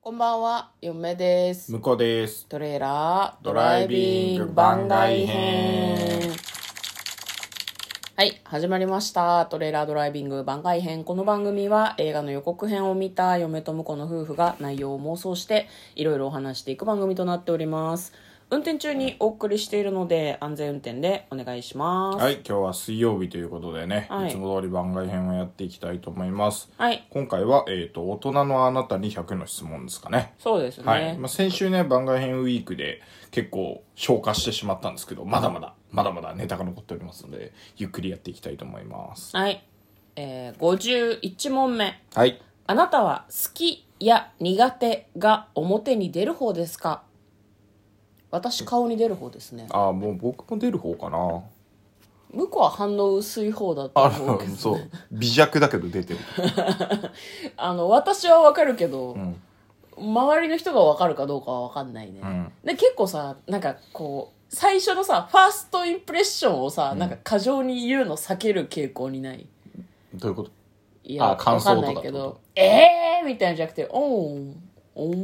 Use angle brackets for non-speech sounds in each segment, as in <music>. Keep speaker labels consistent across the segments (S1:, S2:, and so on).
S1: こんばんは、嫁です。
S2: 向こうです。
S1: トレーラード
S2: ドライビング番外編。
S1: はい、始まりました。トレーラードライビング番外編。この番組は映画の予告編を見た嫁と婿の夫婦が内容を妄想していろいろお話していく番組となっております。運転中にお送りしているので安全運転でお願いします。
S2: はい、今日は水曜日ということでね、
S1: はい
S2: い、つも通り番外編をやっていきたいと思います。
S1: はい
S2: 今回は、えっ、と、大人のあなたに100の質問ですかね。
S1: そうですね。
S2: はい。まあ、先週ね、番外編ウィークで結構消化してしまったんですけど、まだまだ、まだまだネタが残っておりますので、ゆっくりやっていきたいと思います。
S1: はい。えー、51問目。
S2: はい。
S1: あなたは好きや苦手が表に出る方ですか私顔に出る方ですね
S2: ああ、もう僕も出る方かな。
S1: 向こうは反応薄い方だと
S2: あ
S1: 思う
S2: の
S1: け、ど
S2: そう。微弱だけど出てる。
S1: <laughs> あの私はわかるけど、
S2: ん
S1: 周りの人がわかるかどうかはわかんないね、
S2: ん
S1: で結構さなんかこう最初のさファーストインプレッションをさ、なんか過剰に言うの避ける傾向にない
S2: どういうこと
S1: いや、
S2: あ感
S1: わ
S2: 想
S1: かん
S2: と
S1: な
S2: か
S1: い
S2: っ
S1: け
S2: てこと
S1: ど、えーみたいなんじゃなくて、おーん、おー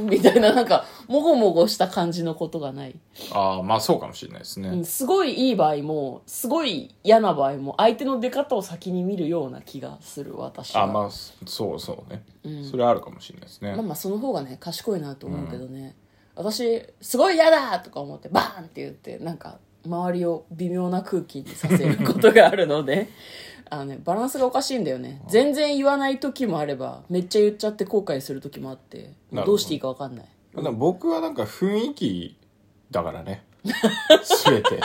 S1: ん、みたいな、なんか、もごもごした感じのことがない。
S2: ああ、まあそうかもしれないですね。
S1: うんすごいいい場合も、すごい嫌な場合も、相手の出方を先に見るような気がする、私は。
S2: あまあそそうそうね、それはあるかもしれないですね、
S1: まあまあその方がね賢いなと思うけどね、私すごい嫌だとか思ってバーンって言ってなんか周りを微妙な空気にさせることがあるの
S2: <laughs>
S1: であの、ね、バランスがおかしいんだよね全然言わない時もあればめっちゃ言っちゃって後悔する時もあって
S2: なるほど
S1: どうしていいか分かんない
S2: まあでも僕はなんか雰囲気だからね
S1: <laughs>
S2: 全て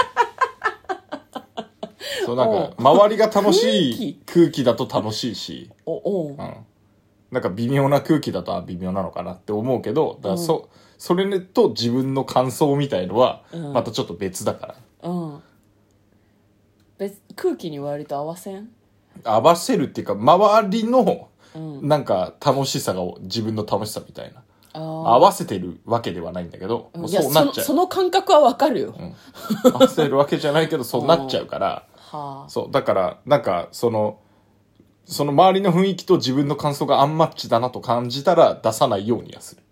S2: そうなんか周りが楽し
S1: 雰囲
S2: い空気だと楽しいし、
S1: おおう
S2: うん、なんか微妙な空気だとあ微妙なのかなって思うけどだからそ,、それと自分の感想みたいのは
S1: うん
S2: またちょっと別だから、
S1: うん別空気に割と合わせん
S2: 合わせるっていうか周りの
S1: うん
S2: なんか楽しさが自分の楽しさみたいな
S1: あ
S2: 合
S1: ー
S2: わせてるわけではないんだけど、もう
S1: いや
S2: そうなっ
S1: そ
S2: ち
S1: の
S2: ゃう
S1: その感覚は分かるよ、は
S2: 合わせるわけじゃないけどそうなっちゃうから
S1: あ
S2: そうだからなんかそのその周りの雰囲気と自分の感想がアンマッチだなと感じたら出さないようにはする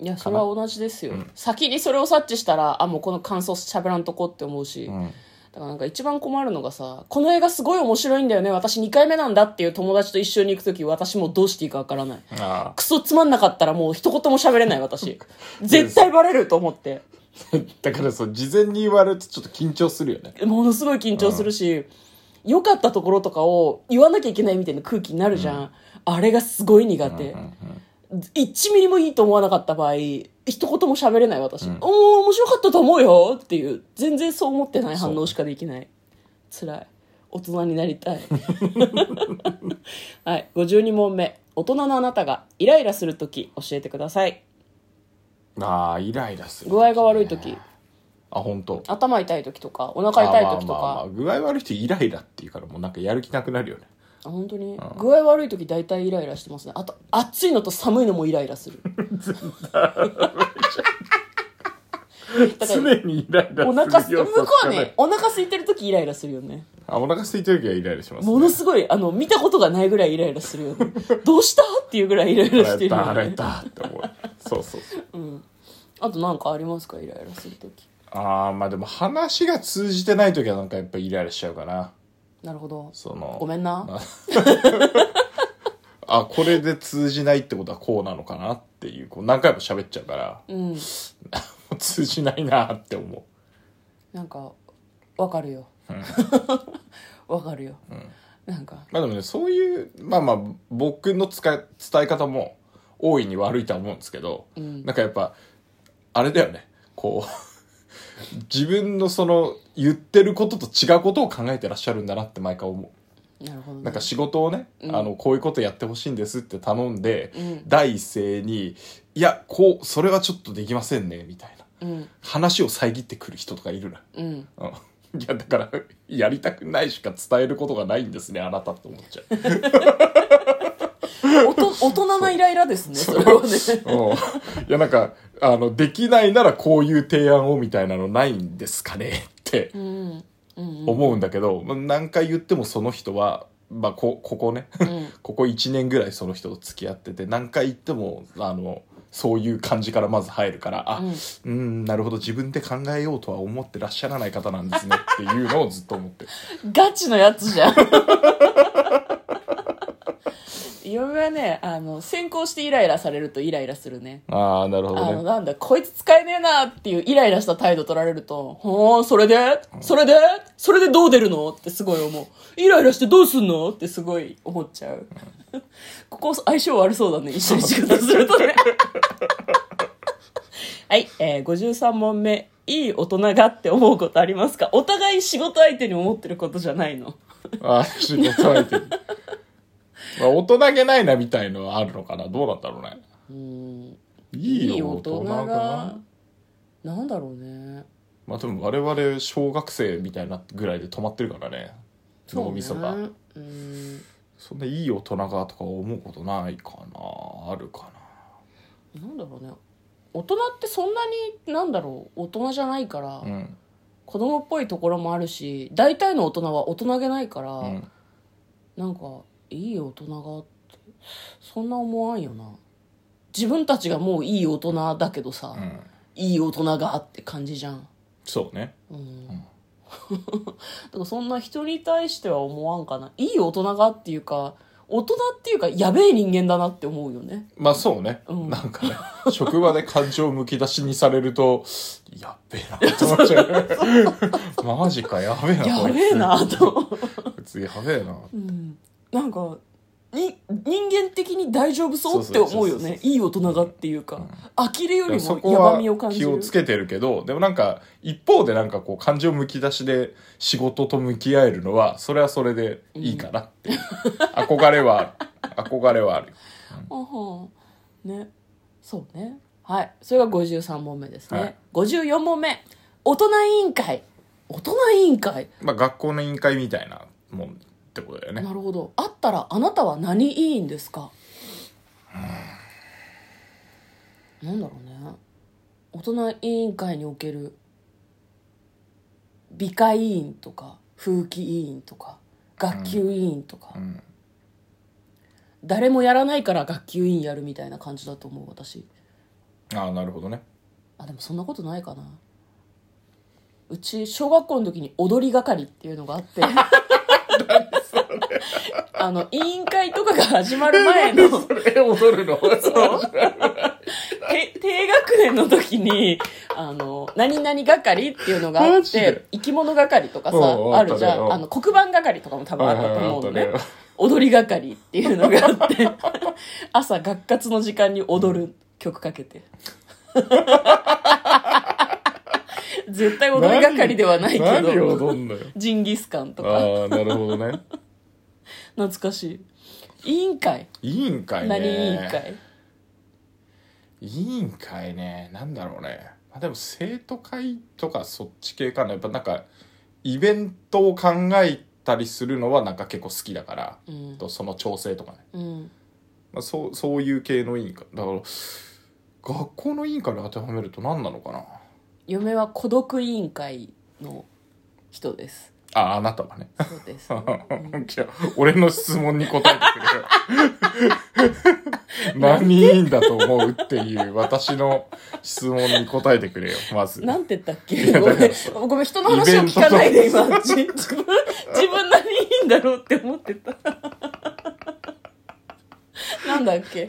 S1: いやそれは同じですよ、先にそれを察知したらあもうこの感想喋らんとこって思うし、だからなんか一番困るのがさこの映画すごい面白いんだよね私2回目なんだっていう友達と一緒に行く時私もうどうしていいかわからない
S2: あ
S1: クソつまんなかったらもう一言も喋れない私絶対バレると思って
S2: あだからそう事前に言われるとちょっと緊張するよね
S1: ものすごい緊張するし、良かったところとかを言わなきゃいけないみたいな空気になるじゃん、あれがすごい苦手、1ミリもいいと思わなかった場合一言も喋れない私、おお面白かったと思うよっていう全然そう思ってない反応しかできない辛い大人になりたいはい52問目大人のあなたがイライラするとき教えてください
S2: ああイライラする時
S1: 具合が悪いとき
S2: あ本当
S1: 頭痛いときとかお腹痛いときとか、
S2: あまあまあまあ具合悪い人イライラっていうからもうなんかやる気なくなるよね
S1: あ本当に具合悪い時大体イライラしてますねあと暑いのと寒いのもイライラするだか
S2: 常
S1: ら
S2: にイライラす
S1: お
S2: る
S1: 腹す向
S2: 要素
S1: こ
S2: し
S1: う
S2: か
S1: は
S2: ない
S1: ねお腹空いてる時イライラするよね
S2: あお腹空いてる時はイライラします、ね、
S1: ものすごいあの見たことがないぐらいイライラするよ
S2: <laughs>
S1: ねどうしたっていうぐらいイライラ
S2: 腹
S1: して
S2: 減っ
S1: るよ
S2: た腹減
S1: ね
S2: ったって思うそうそうそう
S1: あとなんかありますかイライラする時
S2: ああまあでも話が通じてない時はなんかやっぱイライラしちゃうかな
S1: なるほど
S2: その
S1: ごめんな
S2: あ <laughs> あこれで通じないってことはこうなのかなっていうこう何回も喋っちゃうから、 <laughs>
S1: うん
S2: 通じないなって思
S1: なんかわかるよ <laughs> わかるよ、なんか
S2: うまあでもねそういうまあまあ僕の使い伝え方も大いに悪いとは思うんですけど、なんかやっぱあれだよねこう <laughs> 自分のその言ってることと違うことを考えてらっしゃるんだなって毎回思う
S1: なるほど
S2: な
S1: ね
S2: んか仕事をね、あのこういうことやってほしいんですって頼んで、第一声に「いやこうそれはちょっとできませんね」みたいな、
S1: うん
S2: 話を遮ってくる人とかいるな、
S1: うん
S2: うん、いやだからやりたくないしか伝えることがないんですねあなたって思っちゃう
S1: お
S2: <laughs>
S1: と大人のイライラですねそれはね
S2: うんいやなんかあのできないならこういう提案をみたいなのないんですかねって
S1: うんうん
S2: 思うんだけど、まあ何回言ってもその人は、まあ、こここね、
S1: うん
S2: ここ1年ぐらいその人と付き合ってて何回言ってもあのそういう感じからまず入るからあうんなるほど自分で考えようとは思ってらっしゃらない方なんですねっていうのをずっと思ってる
S1: ガチのやつじゃん。嫁はね、あの、先行してイライラされるとイライラするね。
S2: <laughs> ああなるほ
S1: あの、
S2: どね
S1: なんだ、こいつ使えねえなっていうイライラした態度取られると、ほー、それでそれでそれでどう出るのってすごい思う。イライラしてどうすんのってすごい思っちゃう。 <laughs> ここ相性悪そうだね、一緒に仕事すると
S2: <laughs>
S1: ね。はい、えー、53問目。いい大人がって思うことありますかお互い仕事相手に思ってることじゃないの。
S2: あー仕事相 <laughs> 手にまあ大人げないなみたいのはあるのかなどうなんだろうねいい大人が
S1: なんだろうね
S2: まあでも我々小学生みたいなぐらいで止まってるからね脳みそが
S1: そうねうん
S2: そんないい大人がとか思うことないかなあるか
S1: なんだろうね大人ってそんなになんだろう大人じゃないから、
S2: なうん
S1: 子供っぽいところもあるし大体の大人は大人げないから、
S2: うん
S1: なんかいい大人がってそんな思わんよな自分たちがもういい大人だけどさ、
S2: うん
S1: いい大人がって感じじゃん
S2: そうね
S1: だからそんな人に対しては思わんかないい大人がっていうか大人っていうかやべえ人間だなって思うよね
S2: まあそうね、
S1: うん
S2: なんかね <laughs> 職場で感情むき出しにされるとやっべえなって思っちゃうマジかやべえな
S1: や
S2: こいつ
S1: べえなと、
S2: こいつやべえな
S1: うん、なんかに人間的に大丈夫そうって
S2: そうそう
S1: 思
S2: そう
S1: う
S2: そ
S1: よ
S2: う
S1: ねいい大人がっていうか、呆れより
S2: そ
S1: も
S2: こ
S1: やばみを
S2: は
S1: 感じ
S2: 気
S1: る
S2: をつけてるけどでもなんか一方でなんかこう感情むき出しで仕事と向き合えるのはそれはそれでいいかなっていう、憧れはある憧れはあるよ
S1: うんうんねそうねはいそれが53問目ですね、
S2: はい
S1: 54問目大人委員会大人委員会
S2: まあ学校の委員会みたいなもんってことだよね
S1: なるほどあったらあなたは何委員ですかなんだろうね大人委員会における美化委員とか風紀委員とか学級委員とか、
S2: ん
S1: 誰もやらないから学級委員やるみたいな感じだと思う私
S2: ああなるほどね
S1: あでもそんなことないかなうち小学校の時に踊り係っていうのがあってあの委員会とかが始まる前の
S2: <laughs> それ踊るの
S1: て低学年の時に、あの、何々係っていうのがあ
S2: マ
S1: っ
S2: ジで
S1: て、生き物係とかさ
S2: うん、
S1: あるじゃ
S2: あったねうん
S1: ん。あの、黒板係とかも多分あると思うの
S2: はいは
S1: ね
S2: いあったね。
S1: <laughs> 踊り係っていうのがあって、朝学活の時間に踊る曲かけ
S2: <laughs>
S1: て。絶対踊り係ではないけ
S2: 何を
S1: ど、
S2: 踊んのよ
S1: ジンギスカンとか、
S2: ああなるほどね
S1: 懐かしい。委員会
S2: 委員会ね
S1: 何委員会
S2: 委員会ねなんだろうね、まあ、でも生徒会とかそっち系かなやっぱなんかイベントを考えたりするのはなんか結構好きだから、
S1: うん
S2: とその調整とかね、
S1: うん。
S2: まあ、そうそういう系の委員会だから学校の委員会に当てはめると何なのかな
S1: 嫁は孤独委員会の人です。
S2: ああなたはね
S1: そう
S2: <laughs>
S1: です。
S2: いや俺の質問に答えてくれよ <laughs> 何委員だと思うっていう私の質問に答えてくれよまず
S1: なんて言ったっ
S2: い
S1: け
S2: や
S1: ごめ
S2: だか
S1: ん、ごめん、人の話を聞かないで今、自分、自分何いいんだろうって思ってた。なんだっけ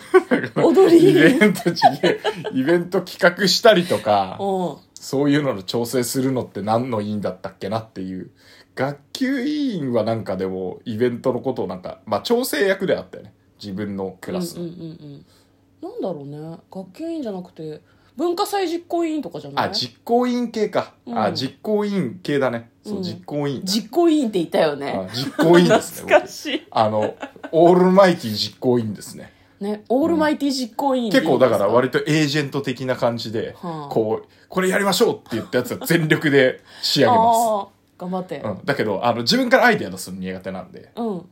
S1: 踊
S2: イ
S1: り
S2: ベント違え
S1: <laughs>
S2: イベント企画したりとか、
S1: うん。
S2: そういうのの調整するのって何の委員だったっけなっていう。学級委員はなんかでも、イベントのことをなんか、まあ調整役であったよね。自分のクラス
S1: うん
S2: の。
S1: うんうんうん。なんだろうね。学級委員じゃなくて、文化祭実行委員とかじゃない
S2: あ、実行委員系か。
S1: う
S2: あ、
S1: ん
S2: 実行委員系だね。そうう、
S1: ん
S2: 実行委員。
S1: 実行委員っていたよね。
S2: あ実行委員です
S1: <laughs>
S2: ね
S1: 懐か。
S2: 僕
S1: しい。
S2: あの、オールマイティ実行委員ですね。
S1: ね、オールマイティ実行委員でいい
S2: 結
S1: です
S2: 構だから割とエージェント的な感じで、
S1: はあ
S2: こう、これやりましょうって言ったやつは全力で仕上げます。
S1: あー頑張って。
S2: うん、だけどあの自分からアイデア出すの苦手なんで
S1: うん。は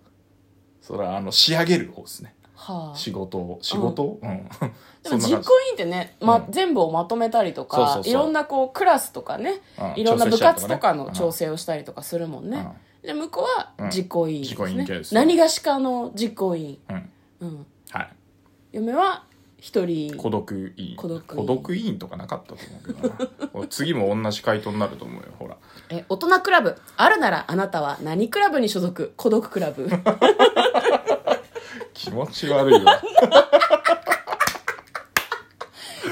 S2: それはあの仕上げる方ですね
S1: あ。
S2: 仕事を仕事をうん
S1: でも
S2: <laughs> そんな
S1: 実
S2: 感
S1: 行委員ってね、ま
S2: うん
S1: 全部をまとめたりとか
S2: そうそうそう
S1: いろんなこうクラスとかね、
S2: うん
S1: いろんな部活とか
S2: う
S1: の
S2: ん
S1: 調整をしたりとかするもんね、で向こう
S2: う
S1: は
S2: ん
S1: 実行委員です
S2: 実行委員
S1: ね
S2: 系です
S1: 何がしかの実行委員、
S2: じうん
S1: うん、
S2: はい
S1: 嫁は一人
S2: 孤独委員
S1: 孤独委員
S2: 委員とかなかったと思うけどな <laughs> これ次も同じ回答になると思うよほら
S1: え大人クラブあるならあなたは何クラブに所属孤独クラ
S2: <laughs>
S1: ブ
S2: 気持ち悪いわ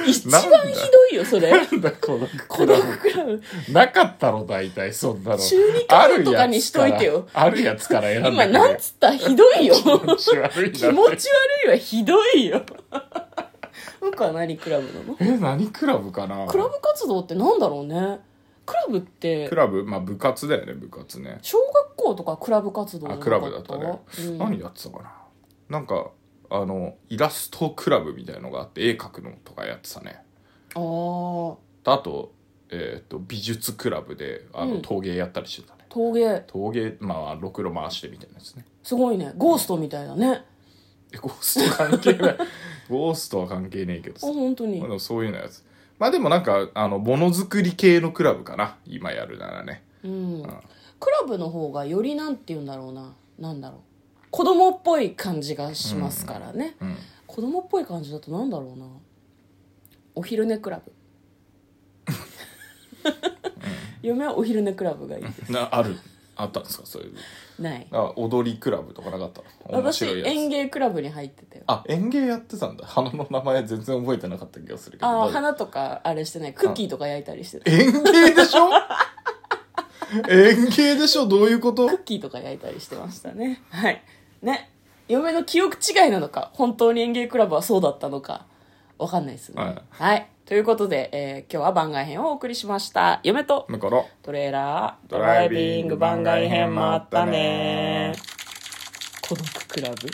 S1: 一番
S2: なんだ
S1: ひどいよそれ
S2: なんだ孤独
S1: 孤独クラブ
S2: なかったろ大体そんなの
S1: 中二
S2: あ
S1: カ
S2: る
S1: フェとかにしといてよ
S2: やつからあるやつから選ん
S1: 今
S2: で
S1: なんつったひど
S2: <laughs>
S1: いよ
S2: 気持ち悪い
S1: 気
S2: なっ
S1: 持
S2: て
S1: ち悪いはひどいよ僕は何クラブなの
S2: え何クラブかな
S1: クラブ活動ってなんだろうねクラブって
S2: クラブまあ部活だよね部活ね
S1: 小学校とかクラブ活動じ
S2: あ
S1: ゃな
S2: ク
S1: か
S2: ラ
S1: っ
S2: ブだったね、
S1: うん
S2: 何やってたかななんかあのイラストクラブみたいのがあって絵描くのとかやってたね
S1: あー
S2: あと,、えー、と美術クラブであ
S1: う
S2: の
S1: ん
S2: 陶芸やったりしてたね、
S1: 陶芸
S2: 陶芸まあろくろ回してみたいなやつね
S1: すごいねゴーストみたいだね
S2: えゴースト関
S1: <laughs>
S2: 係ないゴーストは関係ねえけど
S1: あ
S2: さ、
S1: 本当に
S2: まあ、でもそういうのやつまあでもなんかあのものづくり系のクラブかな今やるならね
S1: うん
S2: ん
S1: クラブの方がよりなんて言うんだろうななんだろう子供っぽい感じがしますからね、
S2: うん
S1: 子供っぽい感じだとなんだろうなお昼寝クラブ <laughs> 嫁はお昼寝クラブがいい
S2: なあるあったんですかそういう
S1: ない
S2: あ踊りクラブとかなかったの面
S1: 私
S2: 白いやつ
S1: 園芸クラブに入ってたよ
S2: あ園芸やってたんだ花の名前全然覚えてなかった気がするけど
S1: ああ
S2: 大丈夫
S1: 花とかあれしてないクッキーとか焼いたりしてた
S2: 園芸でしょ <laughs> 園芸でしょどういうこと
S1: クッキーとか焼いたりしてましたねはいね嫁の記憶違いなのか本当に園芸クラブはそうだったのかわかんないですね
S2: はい
S1: はい、ということで、えー今日は番外編をお送りしました嫁と
S2: だから
S1: トレーラード
S2: ドライビング番外編もあったね
S1: 孤独クラブ